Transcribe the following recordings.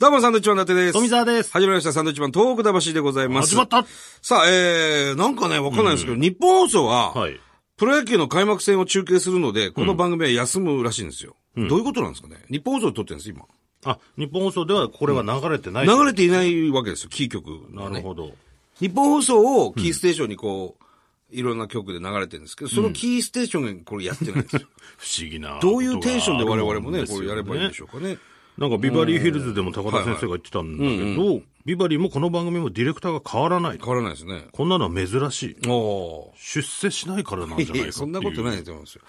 どうも、サンドイッチマン伊達です。富澤です始まりました、サンドイッチマン東北魂でございます。始まったさあ、えー、なんかね、わかんないんですけど、日本放送は、はい。プロ野球の開幕戦を中継するので、この番組は休むらしいんですよ。どういうことなんですかね日本放送で撮ってるんです、今。あ、日本放送ではこれは流れてない。流れていないわけですよ、キー曲、なるほど。日本放送をキーステーションにこう、いろんな曲で流れてるんですけど、そのキーステーションがこれやってないんですよ。不思議な。 どういうテンションで我々もね、これやればいいんでしょうかね。う。なんかビバリーヒルズでも高田先生が言ってたんだけど、ビバリーもこの番組もディレクターが変わらない。変わらないですね。こんなのは珍しい。お出世しないからなんじゃないかっていー。う。そんなことないと思うんですよ。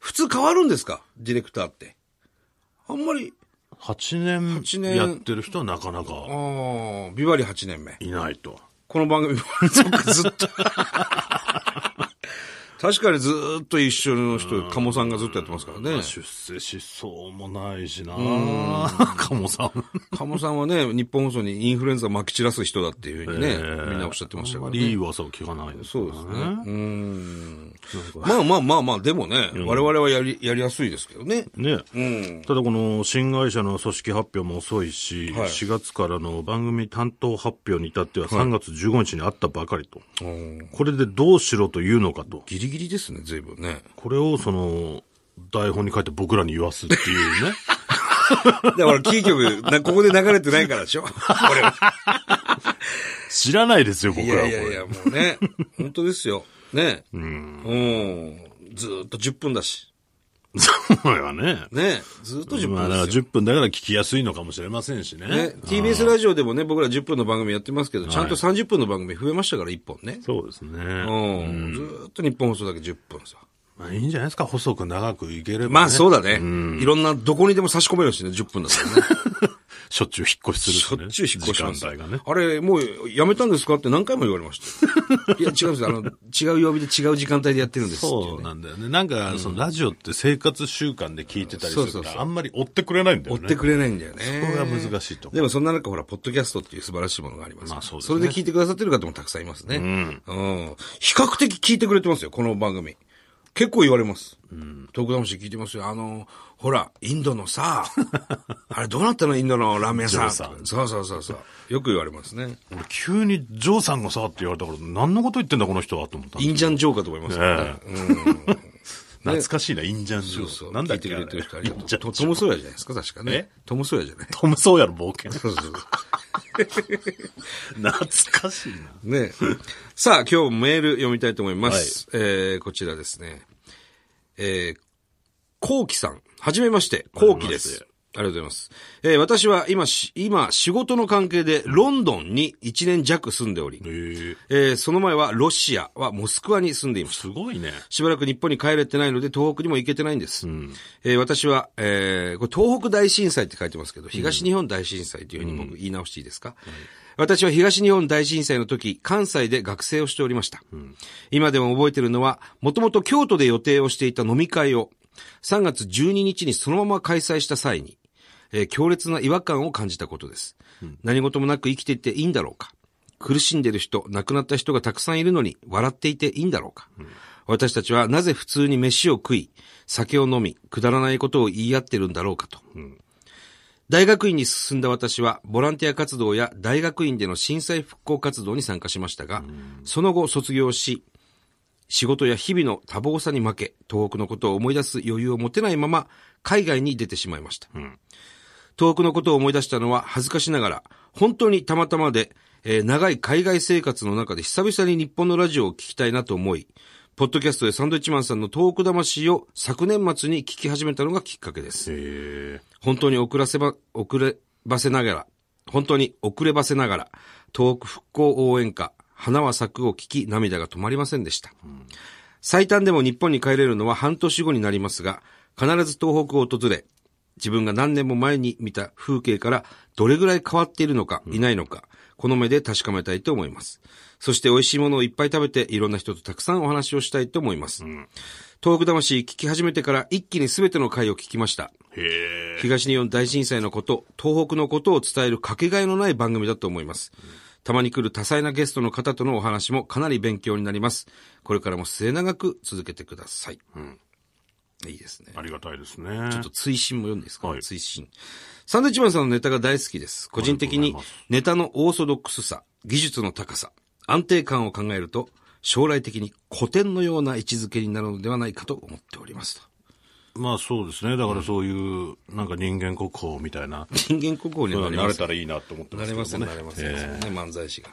普通変わるんですかディレクターって。あんまり、 8八年年やってる人はなかなかああ、ビバリー8年目。いないと。この番組も、そっかずっ と。確かにずーっと一緒の人、鴨さんがずっとやってますからね。出世しそうもないしなかもさん。鴨さんはね、日本放送にインフルエンザ撒き散らす人だっていうふうにね、ええみんなおっしゃってましたからね。いい噂を聞かないですそうねですね。うーん。まあまあまあまあ、でもね、我々はやり、やりやすいですけどね。ね。うん。ただこの新会社の組織発表も遅いし、はい4月からの番組担当発表に至っては3月15日にあったばかりと。これでどうしろというのかと。ギリギリですね、随分ね。これをその、台本に書いて僕らに言わすってい うね。だから、キー局、なここで流れてないからでしょ俺は。知らないですよ、僕いらはやこいやれ。いや、もうね。本当ですよ。ね。うん。ずーっと10分だし。それはね。ね。ずーっと10ま分あ、だからですよ。 10分だから聞きやすいのかもしれませんしね。ね、TBS ラジオでもね、僕ら10分の番組やってますけど、ちゃんと30分の番組増えましたから、1本ね。そうですね。うん。ずーっと日本放送だけ10分さ。まあ、いいんじゃないですか、細く長くいければ、ね。まあそうだね。いろんな、どこにでも差し込めるしね、10分だ からね。しょっちゅう引っ越ししすょる、ね。っちゅう引っ越します時間帯がね。あれ、もうやめたんですかって何回も言われました。いや、違うんですよ。あの、違う曜日で違う時間帯でやってるんですっていそううね。なんだよね。なんか、そのラジオって生活習慣で聞いてたりするそうかそうら、あんまり追ってくれないんだよ追ね。ってくれないんだよね。そこが難しいと思うでもそんな中、ほら、ポッドキャストっていう素晴らしいものがあります。まあそうですねそれで聞いてくださってる方もたくさんいますね。うん。うん。比較的聞いてくれてますよ、この番組。結構言われます。うん。トーク魂聞いてますよ。あの、ほら、インドのさ、 あれどうなったのインドのラーメン屋さん。ジョーさそうそうそうそう。よく言われますね。俺急にジョーさんがさって言われたから、何のこと言ってんだこの人はと思ったんだインジャンジョーかと思いますよね。ええ懐かしいな、インジャンジョー。そう。なんだっけ聞いてくれてる人ありがインとう。ジャンジョトートム・ソーヤじゃないですか、確かね。トム・ソーヤじゃない。トム・ソーヤの冒険。そうそうそう。懐かしいな。ね。 さあ、今日メール読みたいと思います。えー、こちらですね。えー、コウキさん。はじめまして、コウキではじめましすて。ありがとうございます。えー、私は今し、今、仕事の関係でロンドンに1年弱住んでおりえ、ー、えー、その前はロシアはモスクワに住んでいました。すごいね。しばらく日本に帰れてないので、東北にも行けてないんです。えー私は、えーこれ東北大震災って書いてますけど、東日本大震災というふうに僕言い直していいですか、私は東日本大震災の時、関西で学生をしておりました。今でも覚えてるのは、もともと京都で予定をしていた飲み会を、3月12日にそのまま開催した際に、えー強烈な違和感を感じたことです。何事もなく生きていていいんだろうか苦しんでる人、亡くなった人がたくさんいるのに、笑っていていいんだろうか、私たちはなぜ普通に飯を食い、酒を飲み、くだらないことを言い合ってるんだろうかと。大学院に進んだ私は、ボランティア活動や大学院での震災復興活動に参加しましたが、その後卒業し、仕事や日々の多忙さに負け、東北のことを思い出す余裕を持てないまま、海外に出てしまいました。東北のことを思い出したのは恥ずかしながら、本当にたまたまで、えー長い海外生活の中で久々に日本のラジオを聞きたいなと思い、ポッドキャストでサンドイッチマンさんの東北魂を昨年末に聞き始めたのがきっかけです。え本当に遅らせば、遅ればせながら、本当に遅ればせながら、東北復興応援歌、花は咲くを聞き涙が止まりませんでした。最短でも日本に帰れるのは半年後になりますが、必ず東北を訪れ、自分が何年も前に見た風景からどれぐらい変わっているのか、いないのか、この目で確かめたいと思います。そして美味しいものをいっぱい食べて、いろんな人とたくさんお話をしたいと思います。東北魂聞き始めてから一気に全ての回を聞きました。ー、へえ東日本大震災のこと、東北のことを伝えるかけがえのない番組だと思います。たまに来る多彩なゲストの方とのお話もかなり勉強になります。これからも末永く続けてください。いいですね。ありがたいですね。ちょっと追伸も読んでいいですか、はい追伸。サンドイッチマンさんのネタが大好きです。個人的ありにがとうございネタのオーソドックスさ、技術の高さ、安定感を考えると、将来的に古典のような位置づけになるのではないかと思っておりますと。まあそうですね。だからそういう、なんか人間国宝みたいな、人間国宝にそういはうなりまのになれせん。たらいいなと思ってまなすれまけどね。せん、なれません。えそえうですね漫才師が。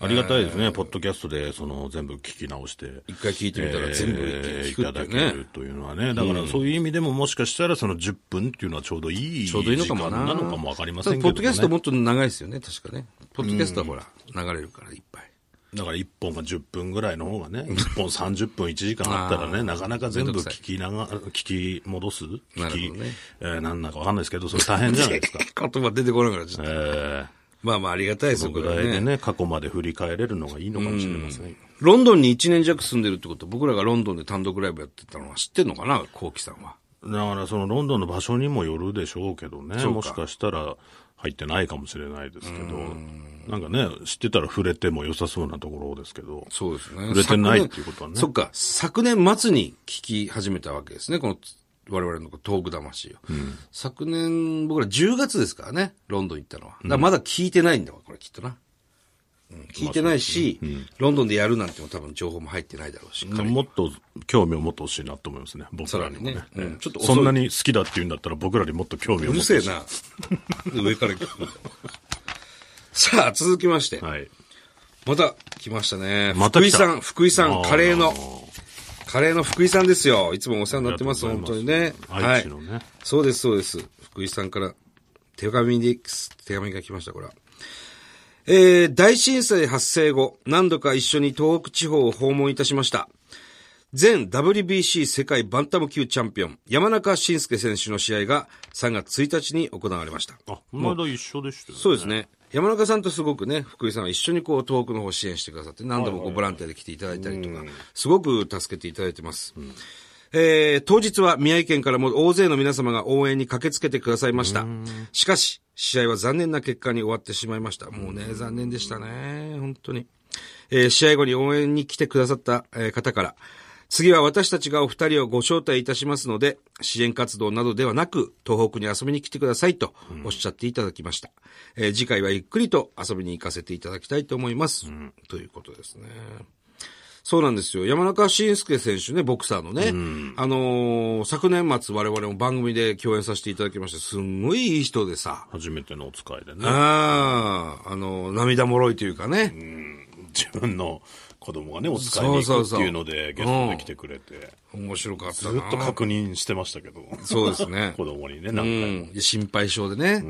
ありがたいですね。ポッドキャストで、その全部聞き直して。一回聞いてみたら全部えー聞いくたってだいうけね。るというのはね。だからそういう意味でももしかしたらその10分っていうのはちょうどいいちょうどいいのかもな。時間なのかもわかりませんけただど、ね。ポッドキャストもっと長いですよね、確かね。ポッドキャストはほら、流れるからいっぱい。だから1本が10分ぐらいの方がね、1本30分1時間あったらね、なかなか全部聞きなが、聞き戻すなる聞き、ほどねえーなんだかわかんないですけど、それ大変じゃな いですか。言葉出てこなくなっちゃっえた。ーまあまあありがたいですよ、そのぐこられいでね。ね、過去まで振り返れるのがいいのかもしれませんよ。ロンドンに1年弱住んでるってこと、僕らがロンドンで単独ライブやってたのは知ってんのかな、コウキさんは。だからそのロンドンの場所にもよるでしょうけどね、もしかしたら入ってないかもしれないですけど、なんかね、知ってたら触れても良さそうなところですけど、そうですね。触れてないっていうことは昨ね年そっか、昨年末に聞き始めたわけですね、この我々のトーク魂を。昨年、僕ら10月ですからね、ロンドン行ったのは。だからまだ聞いてないんだわ、これきっとな。うん聞いてないし、ロンドンでやるなんても多分情報も入ってないだろうし。もっと興味を持ってほしいなと思いますね、僕らにもね。さらにねうんちょっと遅いそんなに好きだって言うんだったら僕らにもっと興味をう持ってるほしいせえ。な。上から聞く。さあ、続きまして。はい。また来ましたね。また来福井たさん、福井さあん、ーカレーの、カレーの福井さんですよ。いつもお世話になってます、あり本がと当うにございねます。は愛い知のね。そうです、そうです。福井さんから手紙です、手紙が来ました、これは。えー、大震災発生後、何度か一緒に東北地方を訪問いたしました。前 WBC 世界バンタム級チャンピオン、山中慎介選手の試合が3月1日に行われました。あ、まだ一緒でしたよね。そうですね。山中さんとすごくね、福井さんは一緒にこう、東北の方支援してくださって、何度もこう、ボランティアで来ていただいたりとか、すごく助けていただいてます。えー、当日は宮城県からも大勢の皆様が応援に駆けつけてくださいました。しかし、試合は残念な結果に終わってしまいました。もうね、残念でしたね。本当に。えー試合後に応援に来てくださった、えー方から、次は私たちがお二人をご招待いたしますので、支援活動などではなく、東北に遊びに来てくださいとおっしゃっていただきました。えー次回はゆっくりと遊びに行かせていただきたいと思います。ということですね。そうなんですよ。山中慎介選手ね、ボクサーのね、あのー昨年末我々も番組で共演させていただきまして、すんごいいい人でさ、初めてのお使いでね。ああ、あのー涙もろいというかね、自分の子供がね、お使いに行くっていうので、ゲストで来てくれて、面白かったずな。っと確認してましたけど。。そうですね 子供にね、う何回も。ん。心配性でね。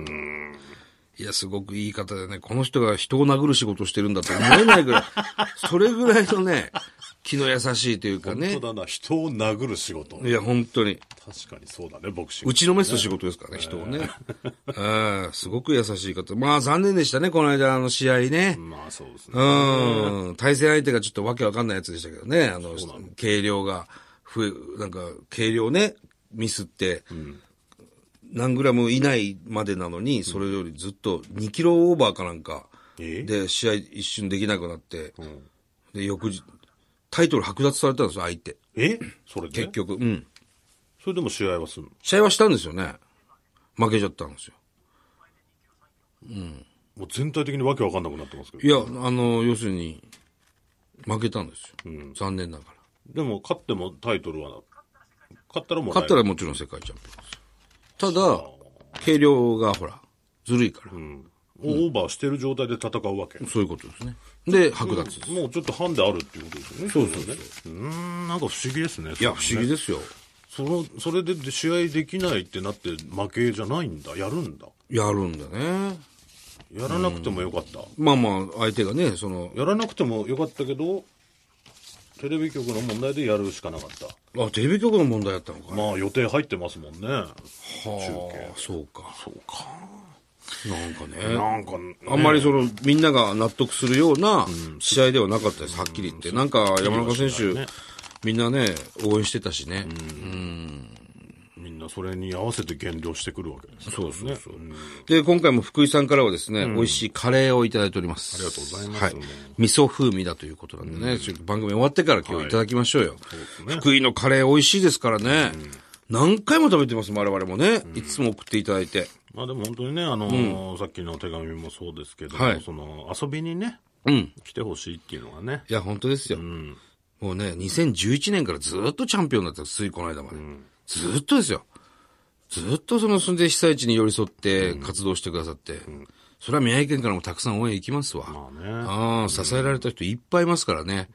いや、すごくいい方でね、この人が人を殴る仕事してるんだと思えないぐらい、それぐらいのね、気の優しいというかね本。当だな、人を殴る仕事。いや、本当に。確かにそうだね、ボクシング。打ちのめす仕事ですからね、人をね。ああすごく優しい方。まあ、残念でしたね、この間、あの試合ね。まあそうですね。うん。対戦相手がちょっとわけわかんないやつでしたけどね。あの、軽量が、ふえなんか、軽量ね、ミスって、何グラム以内までなのに、それよりずっと2キロオーバーかなんか、えで、試合一瞬できなくなって、で、翌日、タイトル剥奪されたんですよ、相手。えそれで結局、うん。それでも試合はすんの試合はしたんですよね。負けちゃったんですよ。もう全体的にわけわかんなくなってますけど。いや、あの、要するに、負けたんですよ。残念ながら。でも勝ってもタイトルは、勝ったらもら勝えるったらもちろん世界チャンピオンですよ。ただ、軽量がほら、ずるいから。オーバーしてる状態で戦うわけ。そういうことですね。で、剥奪です。もうちょっとハンデあるっていうことですよね。そうそうね。うーん、なんか不思議ですね。いや、不思議ですよ。その、それで試合できないってなって負けじゃないんだ。やるんだ。やるんだね。やらなくてもよかった。まあまあ、相手がね、その、やらなくてもよかったけど、テレビ局の問題でやるしかなかった。あ、テレビ局の問題だったのか。まあ予定入ってますもんね。はあ、そうか。そうか。なんかね。なんか、ね、あんまりその、みんなが納得するような試合ではなかったです、はっきり言って。なんか、山中選手、みんなね、応援してたしね。みんなそれに合わせて減量してくるわけです、ね。そうですね。で、今回も福井さんからはですね、美味しいカレーをいただいております。ありがとうございます。はい。味噌風味だということなんでね、ちょっと番組終わってから今日いただきましょうよ。ね福井のカレー美味しいですからね。何回も食べてます、我々もね。いつも送っていただいて。まあでも本当にね、あのーさっきの手紙もそうですけども、はいその遊びにね、うん。来てほしいっていうのはね、いや、本当ですよ。うん、もうね、2011年からずっとチャンピオンだったんですついこの間まで。ずっとですよ。ずっとその、そんで被災地に寄り添って活動してくださって。それは宮城県からもたくさん応援行きますわ。まあね、ああ、支えられた人いっぱいいますからね。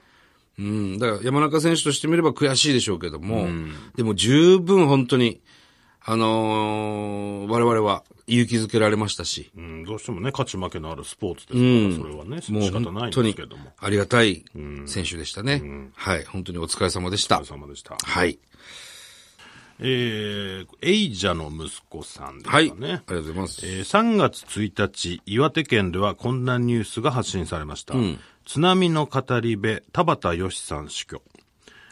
うん。だから山中選手としてみれば悔しいでしょうけども、でも十分本当に、あのー我々は勇気づけられましたし、うん、どうしてもね、勝ち負けのあるスポーツですから、それはね、仕方ない本ん当でにすけども。ありがたい選手でしたね。はい。本当にお疲れ様でしたお疲。れ様でした。はい。えー、エイジャの息子さんですはかい。ね。ありがとうございます。えー3月1日、岩手県ではこんなニュースが発信されました。津波の語り部、田畑義さん死去。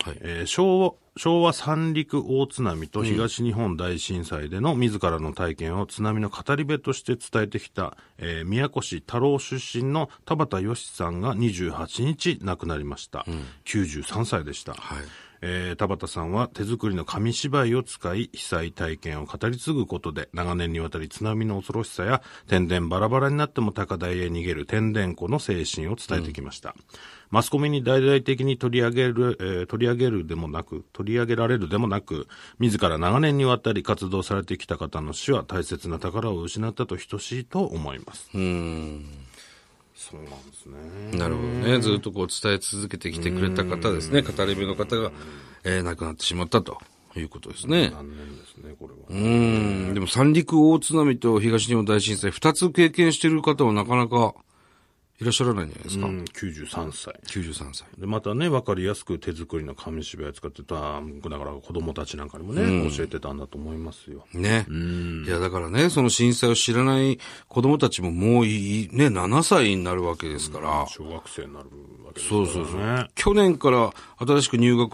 はいえー昭和昭和三陸大津波と東日本大震災での自らの体験を津波の語り部として伝えてきた、えー宮古市太郎出身の田畑義さんが28日亡くなりました、93歳でした、はいえー田畑さんは手作りの紙芝居を使い被災体験を語り継ぐことで長年にわたり津波の恐ろしさや天然バラバラになっても高台へ逃げる天然湖の精神を伝えてきました、マスコミに大々的に取り上げる、えー取り上げるでもなく取り上げられるでもなく自ら長年にわたり活動されてきた方の死は大切な宝を失ったと等しいと思いますそうなんですねなるほどね。ずっとこう伝え続けてきてくれた方ですね。語り部の方が、えー亡くなってしまったということですね。残念ですねこれは、うん。でも三陸大津波と東日本大震災、二つ経験している方はなかなかいらっしゃらないんじゃないですか。うん93歳93歳。でまたね、わかりやすく手作りの紙芝居を使ってた、だから子供たちなんかにもね、教えてたんだと思いますよ。ね。いや、だからね、その震災を知らない子供たちももういい、ね、7歳になるわけですから。小学生になるわけですからそうね。そうそう。去年から新しく入学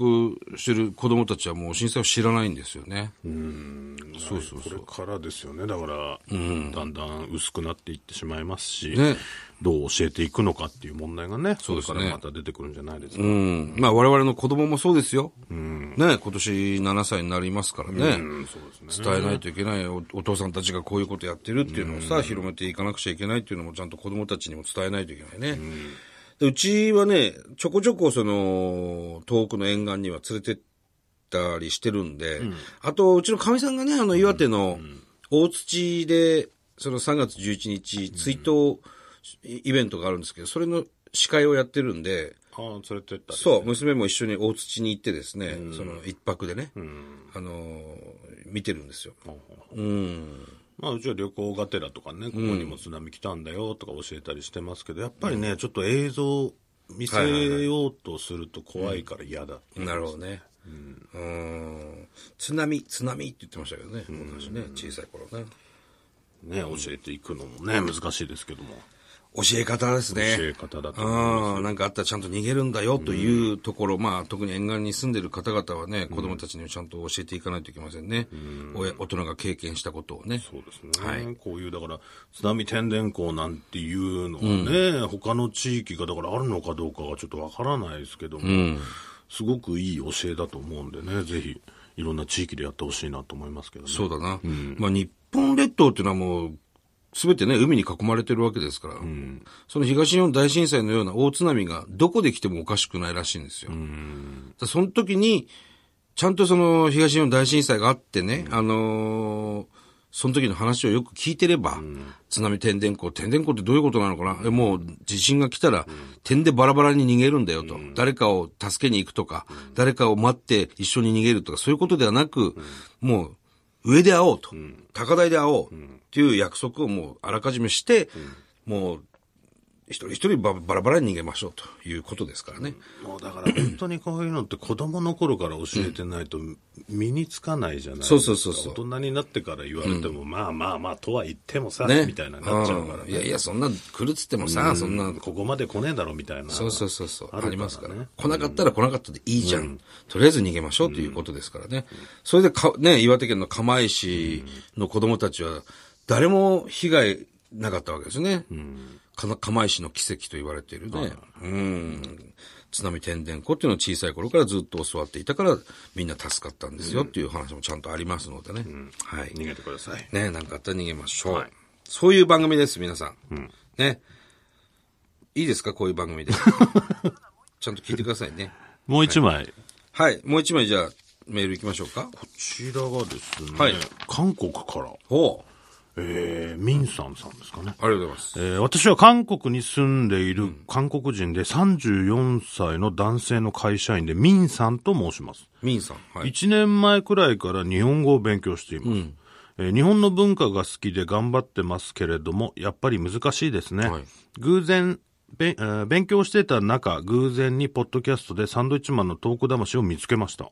してる子供たちはもう震災を知らないんですよね。そうそうそう。これからですよね。だから、だんだん薄くなっていってしまいますし、ねどう教えていくのかっていう問題がね、そうですねこれからまた出てくるんじゃないですか。うん。まあ我々の子供もそうですよ。ね、今年7歳になりますからね。うんそうですね。伝えないといけないおお父さんたちがこういうことやってるっていうのをさ、広めていかなくちゃいけないっていうのもちゃんと子供たちにも伝えないといけないね。でうちはね、ちょこちょこその、遠くの沿岸には連れてったりしてるんで、あと、うちのかみさんがね、あの、岩手の大土で、その3月11日、追悼イベントがあるんですけど、それの司会をやってるんで、ああ、連れてったり。そう、娘も一緒に大土に行ってですね、その一泊でね、あのー見てるんですよ。うん。まあ、うちは旅行がてらとかね、ここにも津波来たんだよとか教えたりしてますけど、やっぱりね、ちょっと映像見せようとすると怖いから嫌だってなるほどね。うん。津波、津波って言ってましたけどね、私ね、小さい頃ね。ね、教えていくのもね、難しいですけども、教え方ですね。教え方だと思いああ、なんかあったらちゃんと逃げるんだよというところ、まあ特に沿岸に住んでる方々はね、子供たちにもちゃんと教えていかないといけませんね。親大人が経験したことをね。そうですね、こういう、だから、津波天然光なんていうのはね、他の地域がだからあるのかどうかがちょっとわからないですけども、すごくいい教えだと思うんでね、ぜひ、いろんな地域でやってほしいなと思いますけどね。そうだな。まあ、日本列島っていうのはもう、すべてね、海に囲まれてるわけですから、その東日本大震災のような大津波がどこで来てもおかしくないらしいんですよ。だその時に、ちゃんとその東日本大震災があってね、あのーその時の話をよく聞いてれば、津波天然光、天然光ってどういうことなのかな、えもう地震が来たら、点でバラバラに逃げるんだよと、誰かを助けに行くとか、誰かを待って一緒に逃げるとか、そういうことではなく、もう、上で会おうと、高台で会おうっていう約束をもうあらかじめして、もう一人一人ばバラバラに逃げましょうということですからね。もうだから本当にこういうのって子供の頃から教えてないと身につかないじゃないですか。そうそうそうそう大人になってから言われても、まあまあまあとは言ってもさ、ね。みたいななっちゃうからんいやいや、そんな来るっつってもさ、そんな、ここまで来ねえだろみたいな。そうそうそうそう、るありますからね。来なかったら来なかったでいいじゃん。とりあえず逃げましょうということですからね。それでか、ね、岩手県の釜石の子供たちは、誰も被害なかったわけですね。かな釜石の奇跡と言われているね。うん。津波天然湖っていうのを小さい頃からずっと教わっていたから、みんな助かったんですよっていう話もちゃんとありますのでね。はい。逃げてください。ね、なんかあったら逃げましょう。はいそういう番組です、皆さん。ね。いいですか、こういう番組 で。ちゃんと聞いてくださいね。もう一枚。こはい。もう一枚じゃあ、メール行きましょうか。ちらがですね、はい韓国から、ほう。えー、ミンさんさんですかね。ありがとうございますえ。ー私は韓国に住んでいる韓国人で34歳の男性の会社員でミンさんと申します。ミンさん。はい。 1年前くらいから日本語を勉強しています、えー日本の文化が好きで頑張ってますけれどもやっぱり難しいですね、はい偶然べんえー勉強してた中、偶然にポッドキャストでサンドイッチマンのトーク魂を見つけました。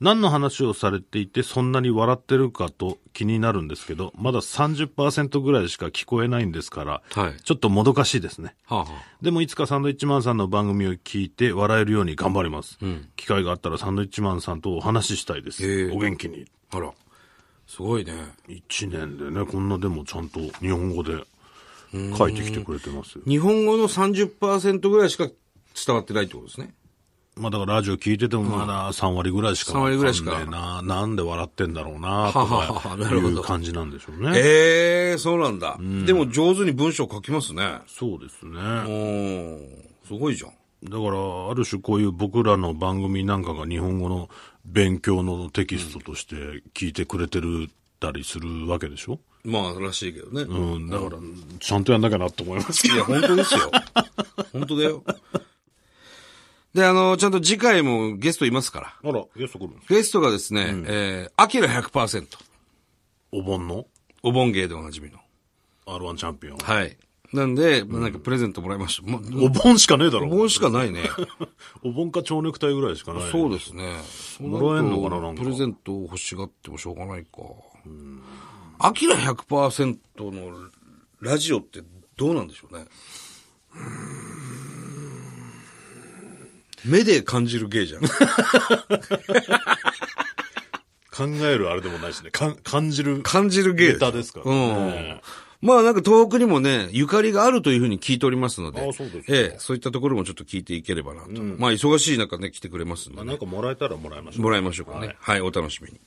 何の話をされていてそんなに笑ってるかと気になるんですけど、まだ30%ぐらいしか聞こえないんですから、はいちょっともどかしいですね。はあ、はでもいつかサンドイッチマンさんの番組を聞いて笑えるように頑張ります。機会があったらサンドイッチマンさんとお話ししたいでへすえ。お元気に。あ、あら。すごいね。 1年でね、こんなでもちゃんと日本語で書いてきてくれてますよ。日本語の30%ぐらいしか伝わってないってことですね。まあだからラジオ聞いててもまだ3割ぐらいしか3割ぐらいしかわんねえな。なんで笑ってんだろうな、とはははかはなるいほうど感じなんでしょうね。ええー、そうなんだ。でも上手に文章書きますね。そうですおね。ー、すごいじゃん。だから、ある種こういう僕らの番組なんかが日本語の勉強のテキストとして聞いてくれてるたりするわけでしょまあ、らしいけどね。うん、だから、ちゃんとやんなきゃなって思いますけいや、本当ですよ。本当だよ。で、あの、ちゃんと次回もゲストいますから。ど。あら、ゲスト来るんですゲストがですね、えー、アキラ100%。お盆のお盆芸でおなじみの。 R1 チャンピオン。はい。なんで、なんかプレゼントもらいました。もうお盆しかねえだおろ。盆しかないね。お盆か蝶ネクタイぐらいしかない。そうですね。もらえんのかななんかプレゼントを欲しがってもしょうがないか。アキラ100%のラジオってどうなんでしょうね。目で感じる芸じゃん。考えるあれでもないしね。かん感じる。感じる芸ネタですからうねん。まあなんか東北にもね、ゆかりがあるというふうに聞いておりますので。あそうですかええ、そういったところもちょっと聞いていければなと。まあ忙しい中ね、来てくれますんでね、なんかもらえたらもらいましょう。もらいましょうかね。はい、お楽しみに。